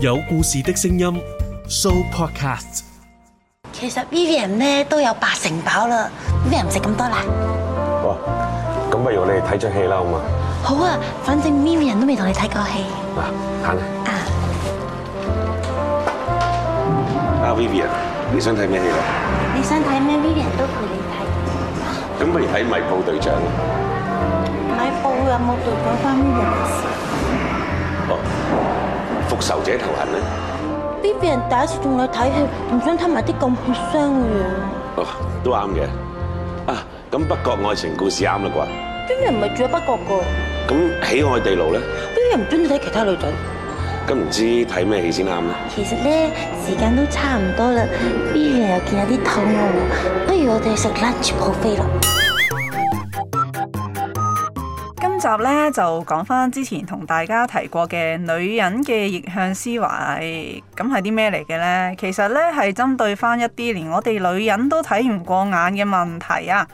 有故事的聲音，Show Podcast。其實 Vivian 咧都有八成飽啦，咩人唔食咁多啦？哇！咁不如我哋睇出戲啦，好嘛？好啊，反正 Vivian 都未同你睇過戲嗱，行啦。啊。啊，Vivian，你想睇咩戲咧？你想睇咩？Vivian 都陪你睇。咁不如睇《迷捕隊長》啦。買報有冇對講翻 Vivian 哦，復仇者頭痕咧。 Vivian 第一次同你睇戲，唔想睇埋啲咁血腥嘅嘢。哦，都啱嘅。啊，咁北角愛情故事啱啦啩？ Vivian 唔係住喺北角噶咁喜愛地牢咧， ，Vivian 唔中意睇其他女仔。咁唔知睇咩戲先啱咧？其實咧時間都差唔多啦，Vivian 又見有啲肚餓，不如我哋食 lunch buffet 啦。今集咧就講翻之前同大家提過嘅女人嘅逆向思維，咁係啲咩嚟嘅呢？其實咧係針對翻一啲連我哋女人都睇唔過眼嘅問題啊，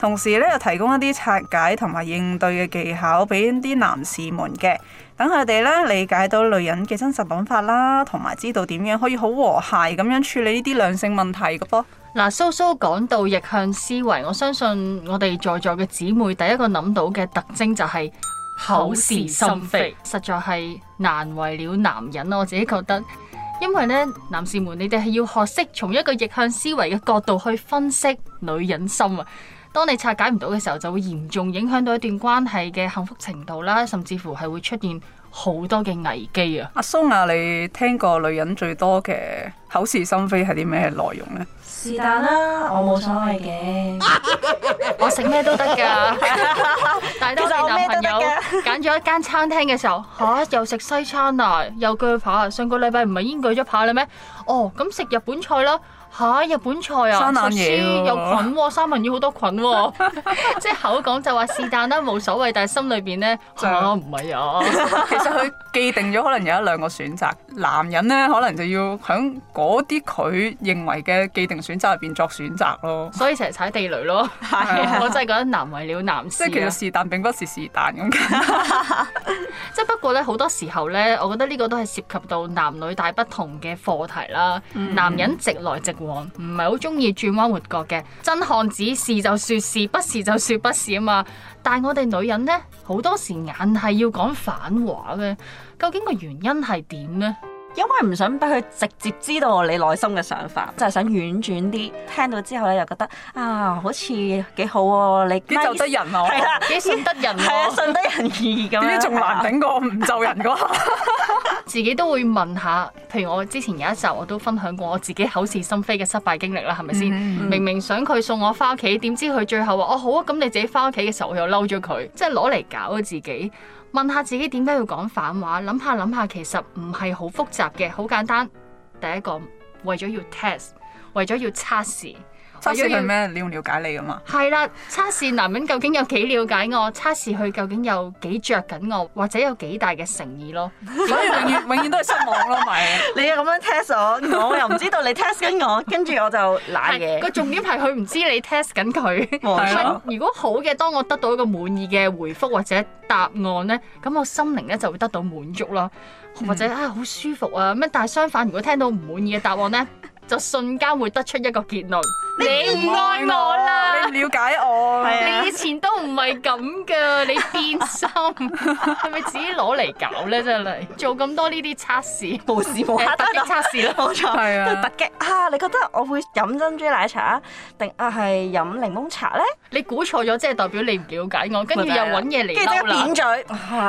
同時咧又提供一啲拆解同埋應對嘅技巧俾啲男士們嘅，等佢哋咧理解到女人嘅真實諗法啦，同埋知道點樣可以好和諧咁樣處理呢啲兩性問題嘅噃。嗱，蘇蘇講到逆向思維，我相信我哋在座嘅姊妹第一個諗到嘅特徵就係口是心非，實在係難為了男人啊我自己覺得，因為呢，男士們你哋係要學識從一個逆向思維嘅角度去分析女人心啊。當你拆解唔到嘅時候，就會嚴重影響到一段關係嘅幸福程度啦，甚至乎係會出現好多嘅危機啊！阿蘇雅，你聽過女人最多嘅口是心非係啲咩內容呢？是但啦，我冇所謂嘅。我食咩都得㗎，但係當其實你我咩男都朋得友揀咗一間餐廳嘅時候，吓、又食西餐啊，又鋸扒。上個禮拜唔係已經鋸咗扒啦咩？哦，咁食日本菜啦。吓、日本菜啊，生冷壽司嘢喎有菌喎、三文魚好多菌喎、即係口講就話是但啦，冇所謂，但係心裏邊咧就嚇唔係啊，其實佢既定咗可能有一兩個選擇，男人呢，可能就要喺嗰啲佢認為嘅既定選擇入邊作選擇咯。所以成日踩地雷咯。啊我真係覺得難為了男士即啊。係其實是但並不是是但咁解。即係不過咧，好多時候咧，我覺得呢個都係涉及到男女大不同嘅課題啦。嗯男人直來直往，唔係好中意轉彎抹角嘅。真漢子是就説是，不是就説不是啊嘛。但係我哋女人呢，好多時硬係要講反話嘅，究竟個原因係點 呢？因為唔想俾佢直接知道你內心嘅想法，就係想婉轉啲。聽到之後咧，又覺得啊，好似幾好喎，你啲就得人啊，係啦，幾順得人係啊，喎、順得人意咁樣。點知仲難係啊頂過唔就人嗰下。自己都會問下，譬如我之前有一集我都分享過我自己口是心非嘅失敗經歷啦，係咪先？明明想佢送我翻屋企，點知佢最後話：哦好啊，咁你自己翻屋企嘅時候，我又嬲咗佢，即係攞嚟搞咗自己。問下自己點解要講反話，諗下諗下，其實唔係好複雜嘅，好簡單。第一個為咗要 test，為咗要測試，測試佢咩？了唔了解你噶嘛？係啦，測試男人究竟有幾了解我，測試佢究竟有幾着緊我，或者有幾大嘅誠意咯。 所以永遠永遠都係失望咯，咪。你又咁樣 test 我，我又唔知道你 test 緊我，跟住我就賴係個嘢。重點係佢唔知你 test 緊 佢。冇係錯咯所以如果好嘅，當我得到一個滿意嘅回覆或者答案呢，咁我心靈呢就會得到滿足啦，或者啊好舒服啊咁樣。但係相反，如果聽到唔滿意嘅答案呢，就瞬間會得出一個結論：你唔愛我啦！你唔了解我。係啊你以前都唔係咁噶，你變 心，係咪自己攞嚟搞呢？真係做咁多呢啲測試，無時無刻誒突都擊測試啦。冇錯， 係啊都突擊啊！你覺得我會飲珍珠奶茶定啊係飲檸檬茶咧？你估錯咗，即係代表你唔了解我，跟住又揾嘢嚟跟住即嬲刻啦扁。嘴，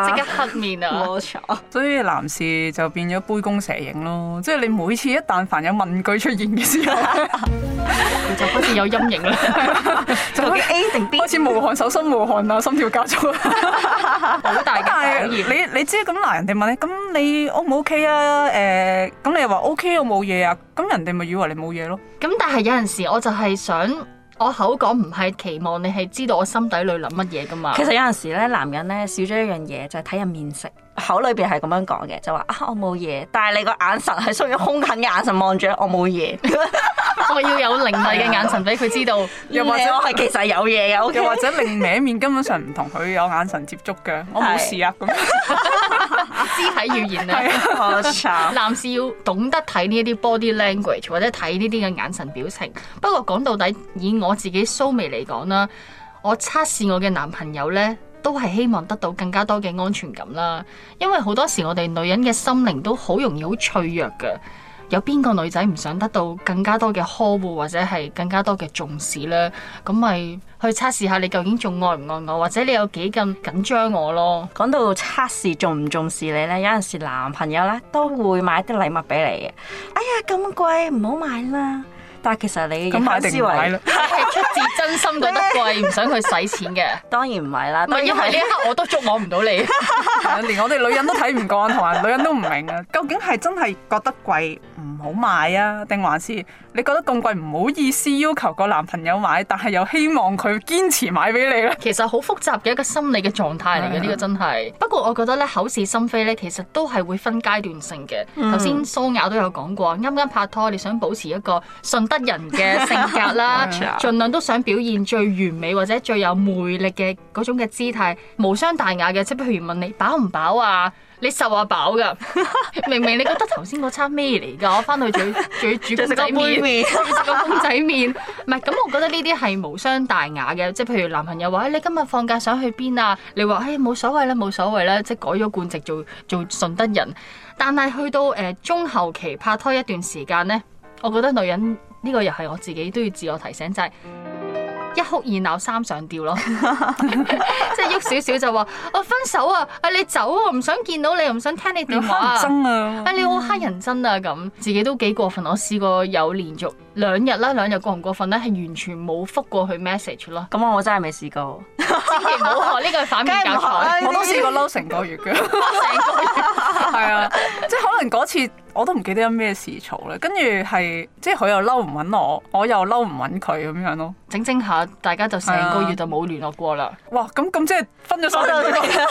即即刻黑面 啊！冇錯。所以男士就變咗杯弓蛇影咯，即係你每次一但凡有問句出現嘅 時候，佢就開始有陰影 啦，就究開竟始 A 定 B？開始無汗手心無汗啊，心跳加速啊。好大但係嘅考驗。你你知咁嗱，人哋問你咁你 O 唔 OK 啊？誒、咁你又話 OK，我冇嘢啊，咁人哋咪以為你冇嘢咯。咁但係有陣時我就係想，我口講唔係期望你係知道我心底裏諗乜嘢噶嘛。其實有陣時咧，男人咧少咗一樣嘢，就係睇人面色。口裏邊係咁樣講嘅，就話啊我冇嘢，但係你個眼神係屬於兇狠嘅眼神望住我冇嘢，我要有凌厲嘅眼神俾佢知道， 又或者你我係其實有嘢嘅，OK，又 或者另歪面根本上唔同佢有眼神接觸嘅，我冇事啊咁。肢體語言咧。我哦慘。男士要懂得睇呢一啲 body language 或者睇呢啲嘅眼神表情。不過講到底，以我自己蘇眉嚟講啦，我測試我嘅男朋友呢，都係希望得到更加多嘅安全感啦。因為好多時我哋女人嘅心靈都好容易好脆弱嘅。有邊個女仔唔想得到更加多嘅呵護或者係更加多嘅重視呢？咁咪去測試下你究竟仲愛唔愛我，或者你有幾咁緊張我咯？講到測試重唔重視你呢？有陣時男朋友呢都會買啲禮物俾你嘅。哎呀，咁貴唔好買啦！但係其實你咁買定唔買維 啦？係出自真心覺得貴，唔想去使錢嘅。當然唔係啦，唔係當然因為呢一刻我都捉摸唔到 你，連我哋女人都睇唔慣，同埋女人都唔明啊！究竟係真係覺得貴唔好買啊，定還是你覺得咁貴唔好意思要求個男朋友買，但係又希望佢堅持買俾你咧？其實好複雜嘅一個心理嘅狀態嚟係嘅，啊呢個真係。不過我覺得咧，口是心非咧，其實都係會分階段性嘅。嗯頭先蘇雅都有講過，啱啱拍拖，你想保持一個順德人嘅性格啦， 係啊盡量都想表現最完美或者最有魅力嘅嗰種嘅姿態，無傷大雅嘅。即係譬如問你飽唔飽啊？你受下飽㗎， 明明你覺得頭先嗰餐咩嚟㗎？我翻去仲要仲要煮公 仲食個仔杯麵麵。。食個啊公仔面，唔係咁，我覺得呢啲係無傷大雅嘅，即係譬如男朋友話：，哎你今日放假想去邊啊？你話：，唉、冇所謂啦，冇所謂啦，即係改咗貫籍做做順德人。但係去到誒、呃中後期拍拖一段時間呢，我覺得女人呢、個又係我自己都要自我提醒，就係、一哭二鬧三上 吊咯，即係喐少少就話我分手啊！啊你走啊，唔想見到你，又唔想聽你你電話好啊！憎啊！啊！你好黑人憎啊！咁自己都幾過分，我試過有連續兩日啦，兩日過唔過分咧，係完全冇覆過佢 message 咯 咁我真係未試過。千祈唔好學呢個係反面教梗係唔學材啦。我都試過嬲成個月嘅，係啊， 即係可能嗰次我都唔記得因咩事嘈啦，跟住係即係佢又嬲唔揾我，我又嬲唔揾佢咁樣咯。整整下，大家就成個月就冇聯絡過啦。哇！咁咁即係分咗手定點啊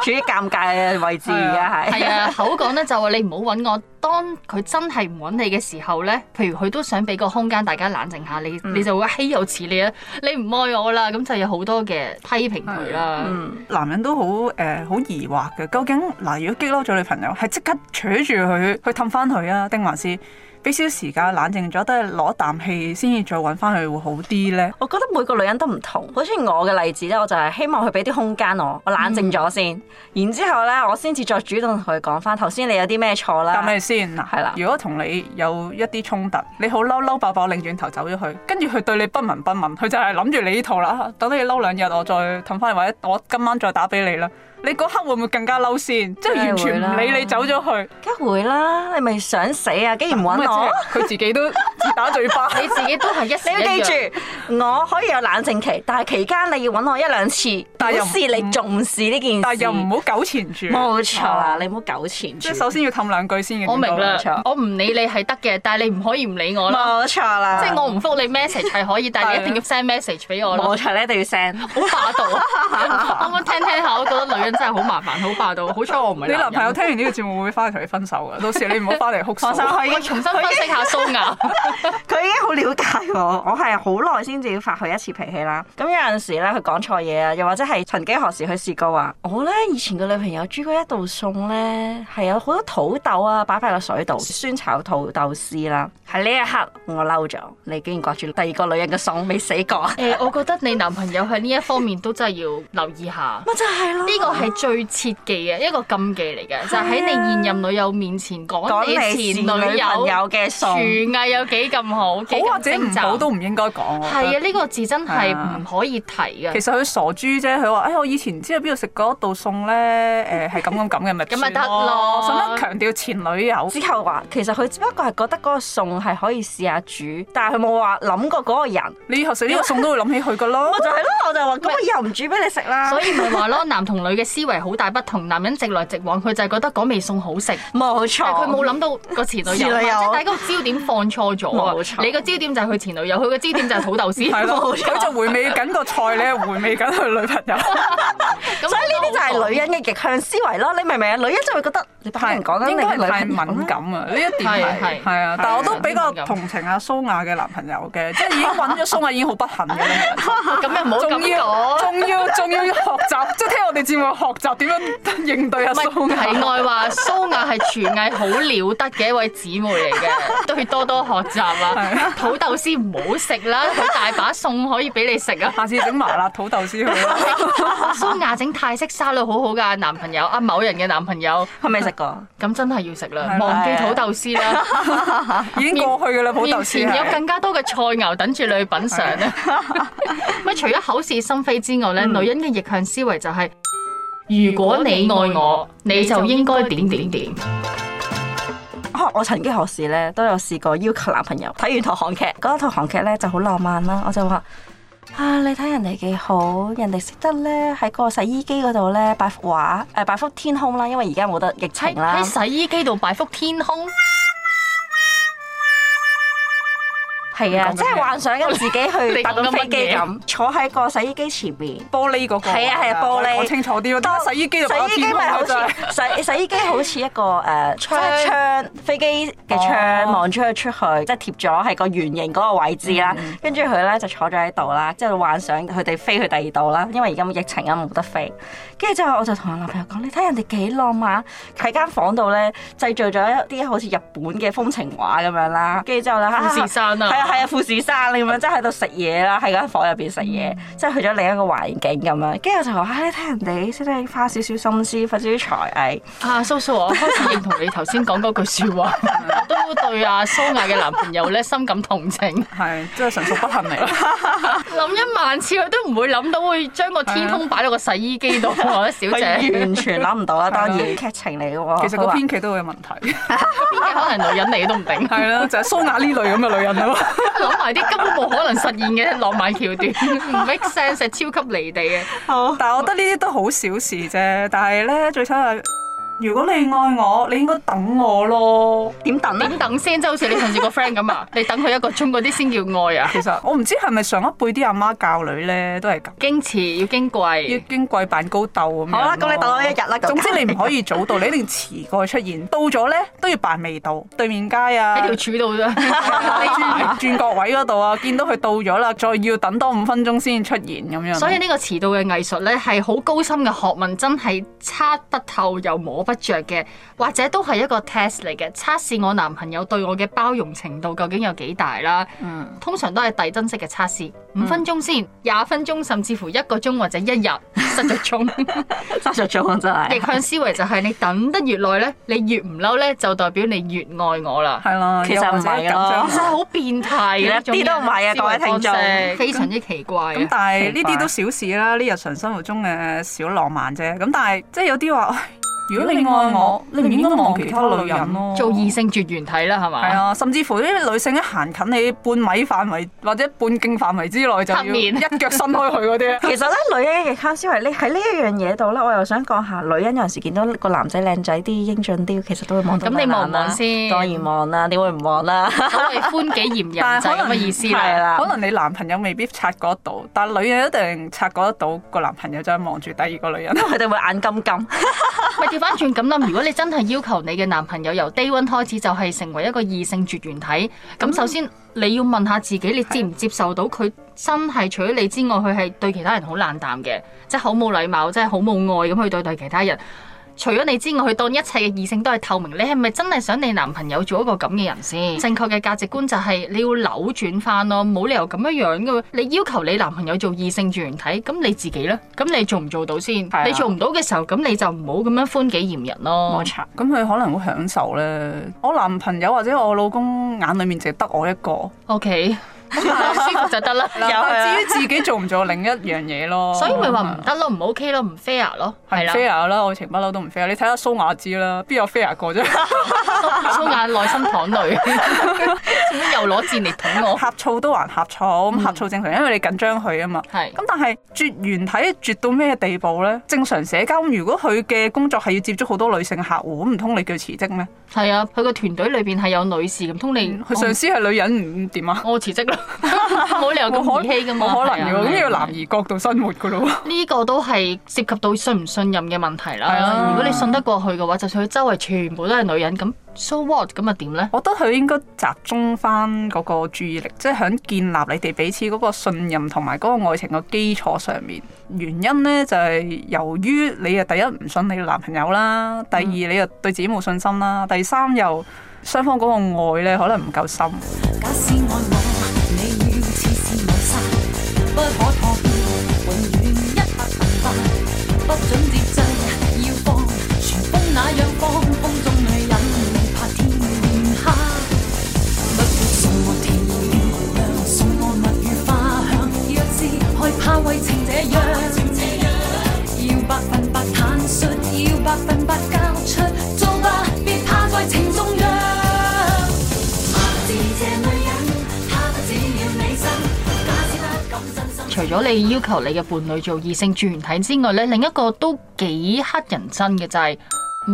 處於尷尬嘅位置而家係。係啊，口講咧就話你唔好揾我。當佢真係唔揾你嘅時候咧，譬如佢都想俾個空間大家冷靜下，嗯你你就會豈有此理啊！你唔愛我啦，咁就有好多嘅批評佢啦。嗯，男人都好誒好疑惑嘅，究竟嗱，如果激嬲咗女朋友，係即刻扯住佢去氹翻佢啊，定還是俾少少時間冷靜咗，都係攞啖氣先至再揾翻佢會好啲呢？我覺得每個女人都唔同。好似我嘅例子咧，我就係希望佢俾啲空間我，我冷靜咗嗯先，然之後咧，我先至再主動同佢講翻頭先你有啲咩錯啦答。你先嗱，啊係啦如果同你有一啲衝突，你好嬲嬲爆爆，擰轉頭走咗去，跟住佢對你不聞不問，佢就係諗住你呢套啦。啊等你嬲兩日，我再氹翻，或者我今晚再打俾你啦。你嗰刻會唔會更加嬲先？即係完全唔理你走咗去，梗係會啦，你咪想死啊！竟然唔咁咪即揾係我。佢自己都 自打嘴 巴。你自己都係一時你要一記樣。住，我可以有冷靜期，但係期間你要揾我一兩次，但又表唔示你重視呢件事。但係又唔好糾纏住。冇錯啦，哦你唔好糾纏即係住。首先要氹兩句先嘅。我明啦冇錯，我唔理你係得嘅，但係你唔可以唔理我啦。冇錯啦，即係我唔覆你 message 係可以，但係你一定要 send message 俾我冇咯。錯，你一定要 send。好霸道啊！啱啱聽聽下，我覺得女人真係好麻煩，好霸道。好彩我唔係你男人朋友聽完呢個節目會唔會翻嚟同你分手噶？到時你唔好翻嚟哭訴。 放心，佢已我經重新分析下蘇雅， 佢已經好了解我， 我係好耐先至要發佢一次脾氣啦。咁有陣時咧，佢講錯嘢啊，又或者係曾經何時佢試過話，我咧以前個女朋友煮過一道餸咧，係有好多土豆啊，擺翻落水度，酸炒土豆絲啦。喺呢一刻我嬲咗，你竟然掛住第二個女人嘅餸，未死過啊！誒，我覺得你男朋友喺呢一方面都真係要留意 下。咪就係咯，呢個係最切忌嘅一個禁忌嚟嘅，就係喺你現任女友面前講講你你前前女女朋友友嘅餸，廚藝有幾咁好，幾好或咁者唔精好湛。都唔應該講。我覺得係啊，呢個字真係係啊唔可以提嘅其。實佢傻豬啫，佢話：，哎，我以前唔知喺邊度食過一道餸咧，誒係咁咁咁嘅，咪咁咪得算咯使乜強調前女 友？之後話其實佢只不過係覺得嗰個餸係可以試下煮，但係佢冇話諗過嗰個人。你以後食呢個餸都會諗起佢噶 咯我。就係咯，我就話咁我以後唔煮俾你食啦。所以咪話咯，男同女嘅思維好大不同。男人直來直往，佢就係覺得嗰味餸好食，冇但係錯，佢冇諗到個前女哦前友，女友即係大家個焦點放錯咗冇錯啊！你個焦點就係佢前女友，佢個焦點就係土豆 絲。係咯，咁佢就回味緊個菜，你 係回味緊佢女朋友。所所以呢啲就係女人嘅逆向思維咯，你明唔明啊？女人就會覺得你不人講緊應你該嘅係女太朋友敏感啊！呢一點係係係係啊，但我都比較敏感同情阿蘇雅嘅男朋友嘅，即係已經揾咗蘇雅已經好不幸嘅啦。 咁又唔好仲咁要講。仲要仲要學習，即係聽我哋節目學習點樣應對阿唔係蘇題雅。外話，蘇雅係廚藝好了得嘅一位姊妹嚟嘅，都要多多學習啊！土豆絲唔好食啦，佢大把餸可以俾你食 啊！下次整麻辣土豆絲去啦。蘇雅整泰式沙律好好㗎，男朋友啊某人嘅男朋友，係咪食過？ 咁真係要食啦，係忘記咪土豆絲啦。 已經過去㗎啦，土豆面前絲有係。更加多嘅菜牛等住你去品嚐咧。 咪除咗口是心非之外嗯咧，女人嘅逆向思維就係、如果你愛我，你就應該點點點。啊！我曾經何時咧都有試過要求男朋友睇完套韓劇，嗰一套韓劇咧就好浪漫啦，我就話。啊！你睇人哋幾好，人哋識得咧喺個洗衣機嗰度咧擺幅畫，誒、擺幅天空啦，因為而家冇得疫情喺啦喺。洗衣機度擺幅天空，係啊，你講緊即係咩幻想緊自己去你搭講緊緊飛乜機嘢咁， 坐喺個洗衣機前面。玻璃嗰個係啊係啊玻璃我清楚啲咯。當洗衣機就擺個洗衣機天空咪啦好真係似洗洗衣機好似一個誒窗窗窗飛機嘅窗哦望出去出去，即係貼咗喺個圓形嗰個位置啦。嗯跟住佢咧就坐咗喺度啦，之後幻想佢哋飛去第二度啦，因為而家冇疫情啊冇得飛。跟住之後我就同我男朋友講：你睇人哋幾浪漫，啊喺間房度咧製造咗一啲好似日本嘅風情畫咁樣啦。跟住之後咧，富士山啊係啊係啊富士山你咁樣，即係喺度食嘢啦，喺間房入邊食嘢，即係去咗另一個環境咁樣。跟住我就話：唉、你睇人哋識得花少少心思，花少少才藝。啊蘇蘇，我開始 認同你頭先講嗰句説 話，我都對阿蘇雅嘅男朋友咧深感同 情。係，真係純屬不幸嚟。 諗一萬次，佢都唔會諗到會將個天啊空擺到個洗衣 機度喎，小姐。佢完全諗唔到啊啦，當然係劇情嚟嘅喎。其實佢個話編劇都會有問題。邊嘅可能女人嚟都唔定。係啦，就係蘇雅呢類咁嘅女人啊咯。 諗埋啲根本冇可能實現嘅浪漫橋段，唔 make sense，係超級離地嘅。但係我覺得呢啲都好小事啫。但係咧，最慘係如果你愛我，你應該等我咯。點等咧？點等先？即係好似你上次個 friend 咁 啊，你等佢一個鐘嗰啲先叫愛啊？其實我唔知係咪上一輩啲阿媽教女咧都係咁。矜持要矜要貴，經貴扮高竇咁樣好啦咯咁你等我一日啦咁總之你唔可以早到，你一定遲過去出現。到咗咧都要扮未到，對面街啊，喺條柱 度啫。 轉轉角位嗰度啊，見到佢到咗啦，再要等多五分鐘先出現咁樣。所以呢個遲到嘅藝術呢，係好高深嘅學問，真係測不透又摸不着嘅，或者都係一個 test 嚟嘅，測試我男朋友對我嘅包容程度究竟有幾大啦。通常都係遞增式嘅測試，五分鐘先，廿分鐘，甚至乎一個鐘或者一 日失咗 蹤。殺着咗真逆係。向思維就係你等得越耐呢，你越唔嬲呢，就代表你越愛我 啦。係啦，其實又或唔者係咯緊張真係好變態嘅呢種一啲都唔係啊各位聽眾思維方式非常之奇怪咁啊。但係呢奇怪。啲都小事啦，呢日常生活中嘅小浪漫啫。咁但係即係有啲話，唉如果你愛我，你唔應該望其他女人咯。做異性絕緣體哦啦，係嘛？係啊，甚至乎啲女性一行近你半米範圍或者半徑範圍之內，就要黑面一腳伸開佢 嗰啲咧其實咧，女人嘅逆向思維，你喺呢一樣嘢度咧，我又想講下，女人有陣時見到個男仔靚仔啲、英俊啲，其實都會望到咁你望唔眼啦啊望先當然望啦，你會唔望啦？ 所謂寬己嚴人但就係係可咁嘅能意思係啦。啦可能你男朋友未必察覺得到，但女人一定察覺得到個男朋友就係望住第二個女人。佢哋會眼金金。咪調翻轉咁諗，如果你真係要求你嘅男朋友由 day one 開始就係成為一個異性絕緣體，咁首先你要問下自己，你接唔接受到佢真係除咗你之外，佢係對其他人好冷淡嘅，即係好冇禮貌，即係好冇愛咁去對待其他人。除咗你之外，佢當一切嘅異性都係透明，你係咪真係想你男朋友做一個咁嘅人先？正確嘅價值觀就係你要扭轉翻咯，冇理由咁樣樣嘅。你要求你男朋友做異性絕緣體，咁你自己呢？咁你做唔做到先？係啊你做唔到嘅時候，咁你就唔好咁樣寬己嚴人咯。錯，咁佢可能會享受咧。我男朋友或者我老公眼裏面淨係得我一個， O K，舒啊服就 得啦。有啊但係至於自己做唔做另一樣嘢咯。嗯所以咪話唔得咯，唔 OK 咯，唔 fair 咯，係係啦。哦 fair 啦，愛情不嬲都唔 fair。你睇下蘇雅芝啦，邊有 fair 啊過 啫？蘇眼內心淌淚， 做乜又攞戰嚟捅我？呷醋都還呷醋，咁呷醋正常，因為你緊張佢啊嘛。嗯係咁但係絕緣體絕到咩地步咧？正常社交，如果佢嘅工作係要接觸好多女性客戶，咁唔通你叫佢辭職咩？嗯係啊，佢個團隊裏邊係有女士咁，通你佢上司係女人，唔點啊？ 我辭職啦，冇理由咁冇可兒戲噶嘛，冇可能係啊嘅，係咁啊要男兒角度生活噶咯喎。呢個都係涉及到信唔信任嘅問題係啊啦。如果你信得過去嘅話，就算佢周圍全部都係女人，咁 so what 咁啊點呢？我覺得佢應該集中翻嗰個注意力，即係喺建立你哋彼此嗰個信任同埋嗰個愛情嘅基礎上面。原因呢，就係、由於你啊，第一唔信你嘅男朋友嗯啦，第二你又對自己冇信心啦，第三又雙方嗰個愛呢可能唔夠深。啊假使愛我，你要似是無心，不可妥協，永遠一刻不分，不准節制，要放，旋風那樣放，風中女人怕天變黑。不必送我甜言蜜語，送我蜜語花香，若是害怕為情這樣，要百分百坦率，要百分百交出，做吧，別怕在情中央。我知這女人，她不只要你心，假使不敢真心。除咗你要求你嘅伴侶做異性轉體之外呢另一個都幾乞人憎嘅就係、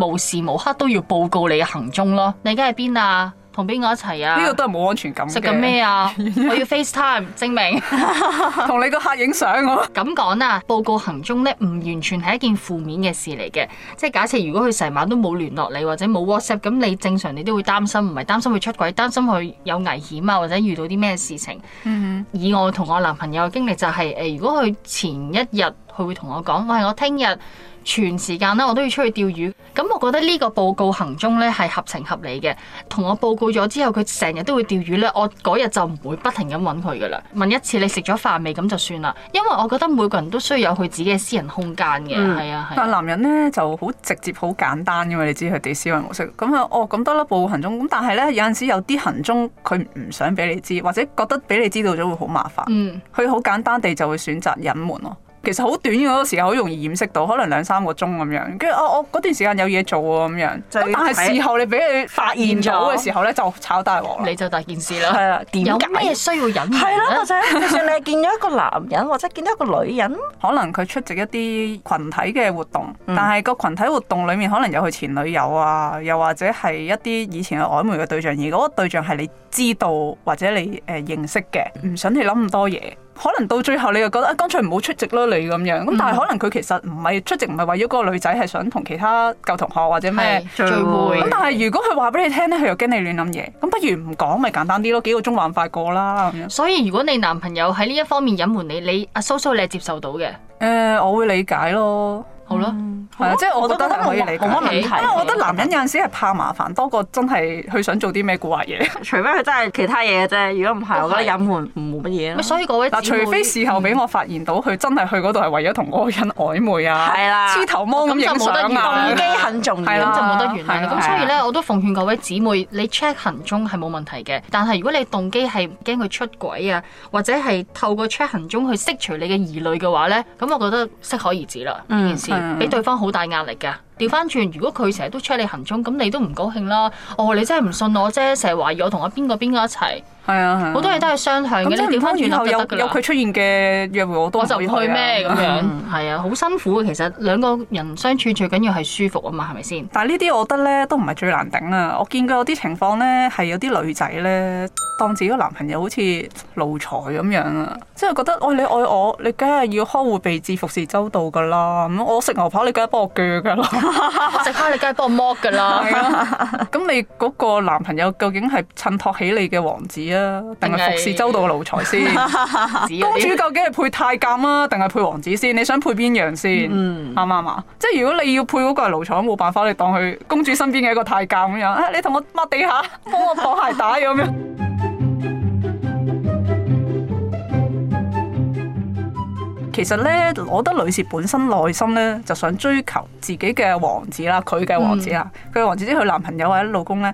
無時無刻都要報告你嘅行蹤咯。你而家喺邊啊？同邊個一齊啊？呢個都係冇安全感嘅。食緊咩啊？我要 FaceTime 證明。同你個客影相我。咁講啦，報告行蹤咧唔完全係一件負面嘅事嚟嘅，即係假設如果佢成晚都冇聯絡你或者冇 WhatsApp，咁你正常你都會擔心，唔係擔心佢出軌，擔心佢有危險啊或者遇到啲咩事情。以我同我男朋友嘅經歷就係、誒、如果佢前一日佢會同我講，喂，我聽日全時間啦，我都要出去釣魚。咁我覺得呢個報告行蹤呢係合情合理嘅。同我報告咗之後，佢成日都會釣魚呢，我嗰日就唔會不停咁揾佢噶啦。問一次你食咗飯未咁就算啦，因為我覺得每個人都需要有佢自己嘅私人空間嘅，係啊 係但啊。男人呢就好直接、好簡單嘅嘛，你知佢哋思維模式。咁啊，哦咁得啦，報告行蹤。咁但係呢，有陣時有啲行蹤佢唔想俾你知，或者覺得俾你知道咗會好麻煩。嗯，佢好簡單地就會選擇隱瞞咯。其實好短嘅嗰個時間，好容易掩飾到，可能兩三個鐘咁樣。跟住哦，我嗰段時間有嘢做喎咁樣。就要咁但係睇事後你俾佢發現到嘅時候咧，就炒大鑊啦。你就大件事係啦。啦，點有解咩？需要隱瞞係咯，我呢？ 就係就算你係見咗一個男人或者見到一個女人，可能佢出席一啲群體嘅活動，但係個群體活動裡面可能有佢前女友啊，又或者係一啲以前嘅曖昧嘅對象，而嗰個對象係你知道或者你誒、呃、認識嘅，唔想你諗咁多嘢。可能到最後你又覺得啊，乾脆唔好出席咯，你咁樣。咁但係可能佢其實唔係出席，唔係為咗嗰個女仔，係想同其他舊同學或者咩係。聚會咁但係如果佢話俾你聽咧，佢又驚你亂諗嘢，咁不如唔講咪簡單啲咯，幾個鐘玩快過啦咁樣。所以如果你男朋友喺呢一方面隱瞞你，你阿蘇蘇你係接受到嘅，誒、我會理解咯。好咯。係啊，即係我覺得係可以理解。冇乜問題。因因為我覺得男男人有陣時係怕麻煩多過真係佢想做啲咩古惑 嘢。除非佢真係其他嘢嘅啫，如果唔係，我覺得隱瞞冇乜嘢咪咯。所以嗰位嗱，姊妹除非事後俾我發現到佢真係去嗰度係為咗同嗰個人曖昧啊，係啦黐頭毛咁影相咁就冇啊得動預機，很重係咁啦要就。冇得原係啦諒啦。咁所以咧，我都奉勸各位姊妹，你 check 行蹤係冇問題嘅。但係如果你動機係驚佢出軌啊，或者係透過 check 行蹤去釋除你嘅疑慮嘅話咧，咁我覺得適可而止啦。呢件事嗯俾對方好大壓力㗎。調翻轉，如果佢成日都 check 你行蹤，咁你都唔高興啦。哦，你真係唔信我啫，成日懷疑我同我邊個邊個一齊，係啊，係啊好多嘢都係雙向嘅。咁即你係調唔翻通轉以後頭有就得㗎有啦佢。出現嘅約會我都我就唔會去啊咩咁樣，係啊，好辛苦嘅。其實兩個人相處最緊要係舒服啊嘛，係咪先？但係呢啲我覺得咧都唔係最難頂啊！我見過有啲情況咧係有啲女仔咧當自己個男朋友好似奴才咁樣啊，即係覺得喂你愛我，你梗係要呵護備至、服侍周到噶啦。咁我食牛扒，你梗係幫我鋸噶啦。我啊食蝦你梗係幫我剝㗎 啦。咁你嗰個男朋友究竟係襯托起你嘅王子啊，定係服侍周到嘅奴才先？ 子公嗰主啲究竟係配太監啊，定係配王子先？你想配邊樣先？嗯啱唔啱啊？即係如果你要配嗰個係奴才，冇辦法，你當佢公主身邊嘅一個太監咁樣。啊，你同我抹地下，幫我綁鞋帶咁樣。其實咧，我覺得女士本身內心咧就想追求自己嘅王子啦，佢嘅王子啦，佢嘅王子即係佢男朋友或者老公咧，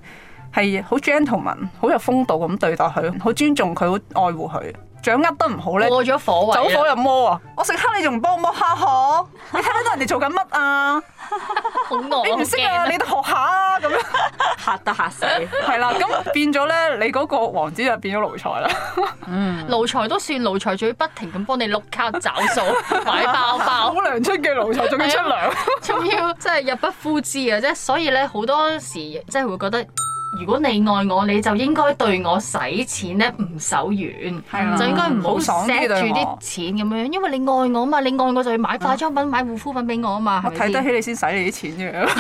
係好 gentleman，好有風度咁對待佢，好尊重佢，好愛護佢。掌握得唔好咧，過咗火位走啦，火入魔啊！我食蝦你仲唔幫我摸下我？ 你睇唔睇到人哋做緊乜啊？好惡，你唔識 啊？你都學下啊！咁 樣嚇得嚇死，係啦，咁變咗咧，你嗰個王子就變咗奴才啦。嗯奴才都算奴才，仲要不停咁幫你碌卡找 數、買包好 包，娘出嘅奴才，仲要出糧。仲要真係入不敷支啊！即係所以咧，好多時即係會覺得如果你愛我，你就應該對我使錢咧唔手軟，係啦啊就應該唔好好爽啲對錫住我嗯啲錢咁樣，因為你愛我嘛，你愛我就要買化妝品、買護膚品俾我啊嘛，我係咪睇得先？起你先使你啲錢嘅。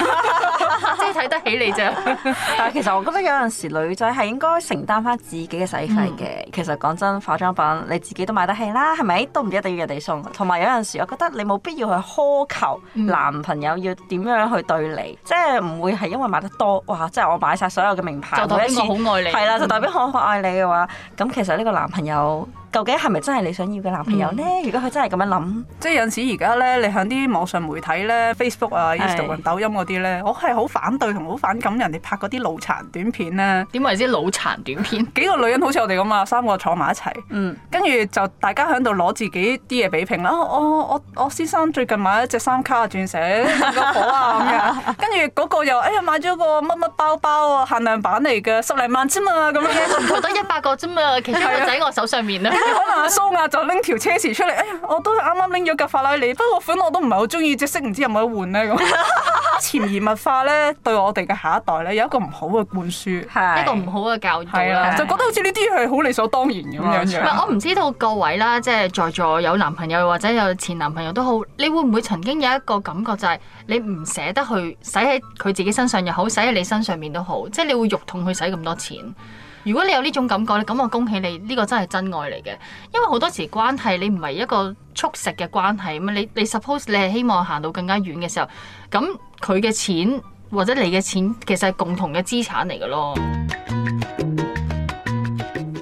即係睇得起你啫。但係啊其實我覺得有陣時女仔係應該承擔翻自己嘅使費嗯嘅。其實講真，化妝品你自己都買得起啦，係咪？都唔一定要人哋送。同埋有陣時，我覺得你冇必要去苛求嗯男朋友要點樣去對你，即係唔會係因為買得多，哇！即係我買晒所有嘅名牌，就代表每一次我好愛你嗯係啦，就代表我好愛你嘅話，咁其實呢個男朋友究竟係咪真係你想要嘅男朋友呢？嗯如果佢真係咁樣諗，即係有陣時而家咧，你喺啲網上媒體咧、Facebook 啊、Instagram、抖音嗰啲咧，我係好反對同好反感人哋拍嗰啲腦殘短片咧。 點為之腦殘短 片？幾個女人好似我哋咁啊，三個坐埋一齊，嗯，跟住就大家喺度攞自己啲嘢比拼啦。哦我我我先生最近買一隻三卡啊鑽石，個火啊咁樣，跟住嗰個又哎呀買咗個乜乜包包啊，限量版嚟嘅，十零萬啫嘛咁樣。佢得一百個啫嘛，其中一個就喺我手上面 啦。可能阿啊蘇亞就拎條車匙出嚟，哎呀，我都啱啱拎咗架法拉利，不過款我都唔係好中意，隻色唔知有冇得換咧 咁。潛移默化咧，對我哋嘅下一代咧有一個唔好嘅灌輸，係一個唔好嘅教導係啦啦，就。覺得好似呢啲係好理所當然咁樣啊唔樣。係，我唔知道各位啦，即係在座有男朋友或者有前男朋友都好，你會唔會曾經有一個感覺就係你唔捨得去使喺佢自己身上又好，使喺你身上面都好，即係你會肉痛去使咁多錢。如果你有呢種感覺咧，咁我恭喜你，呢、個真係真愛嚟嘅。因為好多時關係你唔係一個速食嘅關係咁，你你 suppose 你係希望行到更加遠嘅時候，咁佢嘅錢或者你嘅錢其實係共同嘅資產嚟嘅咯。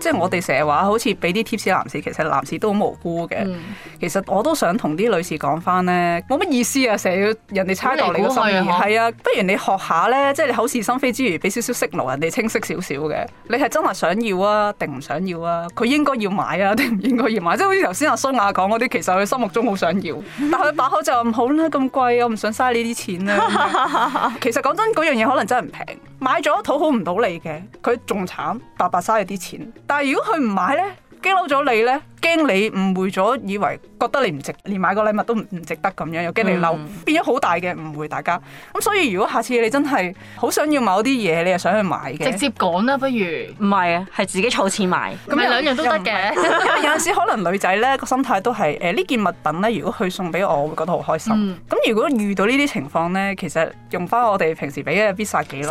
即係我哋成日話好似俾啲 tips 男士，其實男士都好無辜嘅。嗯其實我都想同啲女士講翻咧，冇乜意思啊！成日要人哋猜度你個心意，估嚟估去啊係啊，不如你學下咧，即係你口是心非之餘，俾少少息怒人哋清晰少少嘅。你係真係想要啊，定唔想要啊？佢應該要買啊，定唔應該要買？即係好似頭先阿蘇雅講嗰啲，其實佢心目中好想要，但佢把口就話唔好啦，咁貴，我唔想嘥呢啲錢啊啦。其實講真，嗰樣嘢可能真係唔平，買咗討好唔到你嘅，佢仲慘，白白嘥咗啲錢。但係如果佢唔買咧，驚嬲咗你咧，驚你誤會咗，以為覺得你唔值，連買個禮物都唔唔值得咁樣，又驚你嬲，變咗好大嘅誤會大家。咁所以如果下次你真係好想要某啲嘢，你又想去買直嘅，接講啦，不如。唔係啊，係自己儲錢買。咁咪兩樣都得嘅。因為有陣時可能女仔咧個心態都係誒呢件物品咧，如果佢送俾我，我會覺得好開心。嗯咁、如果遇到呢啲情況咧，其實用翻我哋平時俾嘅必殺技咯，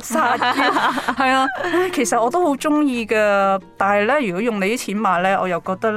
撒撒嬌嬌 係啊。唉其實我都好中意㗎，但係咧如果用你啲錢買咧，我又覺得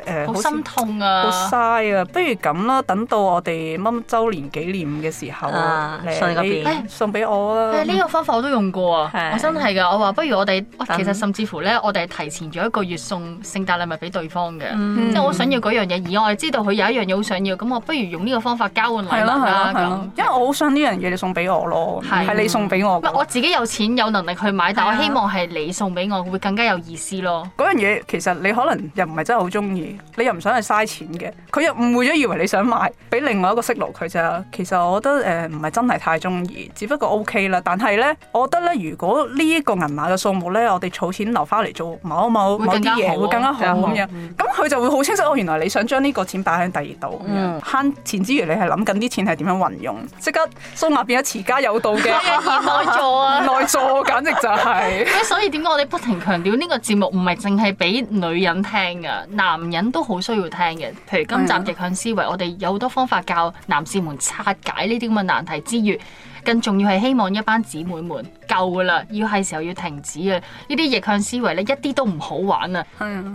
咧誒、好似心痛好啊！嘥啊！不如咁啦，等到我哋乜乜周年紀念嘅時候，啊你送你個你哎邊送俾我誒啦。呢個方法我都用過啊！係我真係㗎，我話不如我哋，哇嗯等其實甚至乎咧，我哋係提前咗一個月送聖誕禮物俾對方嘅，嗯即係我想要嗰樣嘢，而我係知道佢有一樣嘢好想要，咁我不如用啊呢個方法交換禮係啦物係啦啦係啦咁，。因為我好想呢樣嘢你送俾我咯，係係你送俾我唔係我㗎。自己有錢有能力去買，但啊我希望係你送俾我，會更加有意思咯。嗰樣嘢其實你可能又唔係真係好中意，你又唔想係嘥錢嘅，佢又誤會咗以為你想買，俾另外一個色路佢咋。其實我覺得誒呃唔係真係太中意，只不過 OK 啦。但係咧，我覺得咧，如果呢一個銀碼嘅數目咧，我哋儲錢留翻嚟做某某會某更啲加好嘢，會更加好更加好咁樣。咁佢就會好清嗯晰，哦，原來你想將呢個錢擺喺第二度咁樣，慳錢之餘，你係諗緊啲錢係點樣運用，即刻蘇亞變咗持家有道 嘅而內座 啊！內助，簡直就係、咁所以點解我哋不停強調呢個節目唔係淨係俾女人聽噶，男人都好需要聽嘅。譬如今係集啊逆向思維，我哋有好多方法教男士們拆解呢啲咁嘅難題之餘，更重要係希望一班姊妹們夠噶啦，要係時候要停止嘅呢啲逆向思維咧，一啲都唔好玩啊！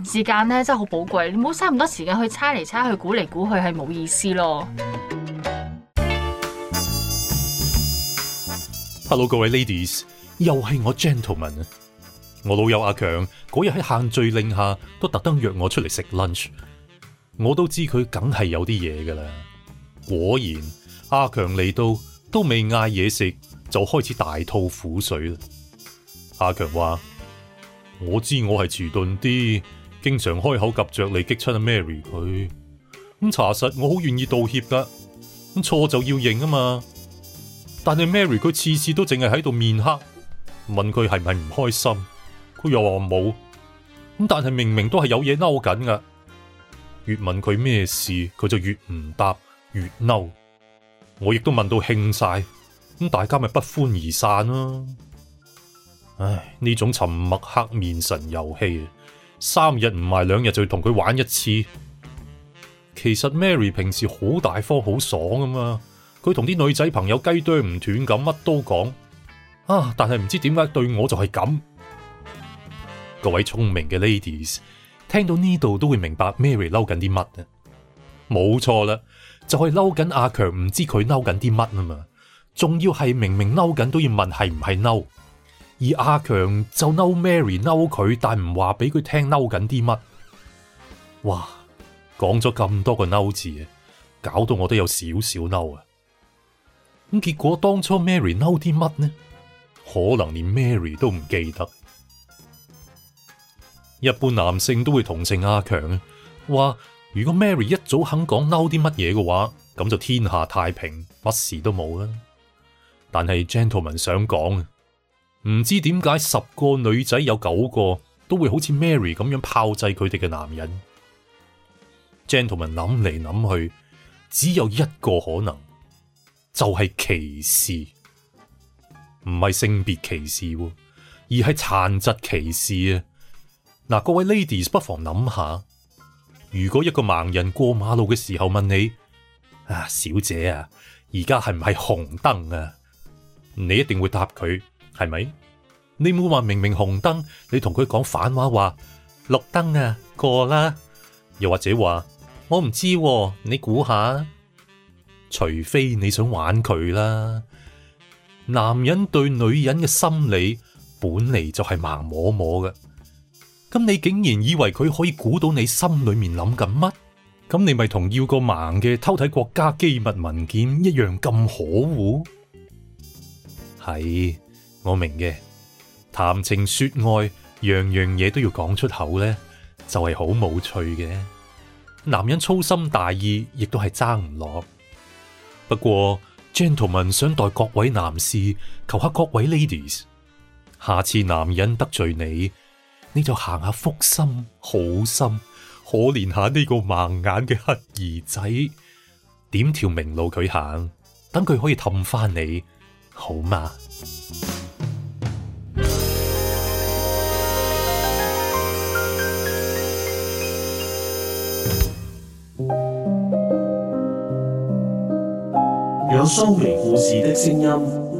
時間咧真係好寶貴，你唔好嘥咁多時間去猜嚟猜去、估嚟估去，係冇意思咯。 Hello，各位 ladies，又係我 gentleman 啊！我老友阿強嗰日喺限聚令下，都特登約我出嚟食 lunch。我都知佢梗係有啲嘢噶啦。果然，阿強嚟到都未嗌嘢食，就開始大吐苦水啦。阿強話：我知我係遲鈍啲，經常開口及着你激親阿 Mary 佢。咁查實我好願意道歉噶，咁錯就要認啊嘛。但係 Mary 佢次次都淨係喺度面黑，問佢係咪唔開心，佢又話冇。咁但係明明都係有嘢嬲啊緊噶，越問佢咩事，佢就越唔答，越嬲。我亦都問到興晒，咁大家咪不歡而散啦。唉，呢種沉默黑面神遊戲，三日唔埋兩日就要同佢玩一次。其實 Mary 平時好大方好爽啊嘛，佢同啲女仔朋友雞啄唔斷咁，乜都講啊。但係唔知點解對我就係咁。各位聰明嘅 ladies，聽到呢度都會明白 Mary 嬲緊啲乜啊！冇錯啦，就係嬲緊阿強，唔知佢嬲緊啲乜啊嘛。仲要係明明嬲緊都要問係唔係嬲。而阿強就嬲 Mary 嬲佢，但唔話俾佢聽嬲緊啲乜。哇，講咗咁多個嬲字啊，搞到我都有少少嬲啊！咁結果當初 Mary 嬲啲乜呢？可能連 Mary 都唔記得。一般男性都會同情阿強啊，話如果 Mary 一早肯講嬲啲乜嘢嘅話，咁就天下太平，乜事都冇啦。但係 gentleman 想講啊。唔知點解十個女仔有九個都會好似 Mary 咁樣炮製佢哋嘅男人。Gentleman 諗嚟諗去，只有一個可能，就係、歧視，唔係性別歧視喎，而係殘疾歧視啊！嗱，各位 ladies 不妨諗下，如果一個盲人過馬路嘅時候問你：啊，小姐啊，而家係唔係紅燈啊？你一定會答佢係咪？你冇話明明紅燈，你同佢講反話話綠燈啊過啦，又或者話我唔知喎、你估下？除非你想玩佢啦。男人對女人嘅心理本嚟就係盲摸摸嘅，咁你竟然以為佢可以估到你心裏面諗緊乜？咁你咪同要個盲嘅偷睇國家機密文件一樣咁可惡？係，我明嘅。談情說愛，樣樣嘢都要講出口呢，就係好冇趣嘅。男人粗心大意，亦都係爭唔落。不過，gentleman 想代各位男士求下各位 ladies，下次男人得罪你，你就行下福心、好心，可憐下呢個盲眼嘅乞兒仔，點條明路佢行，等佢可以氹翻你，好嘛？有蘇眉故事的聲音。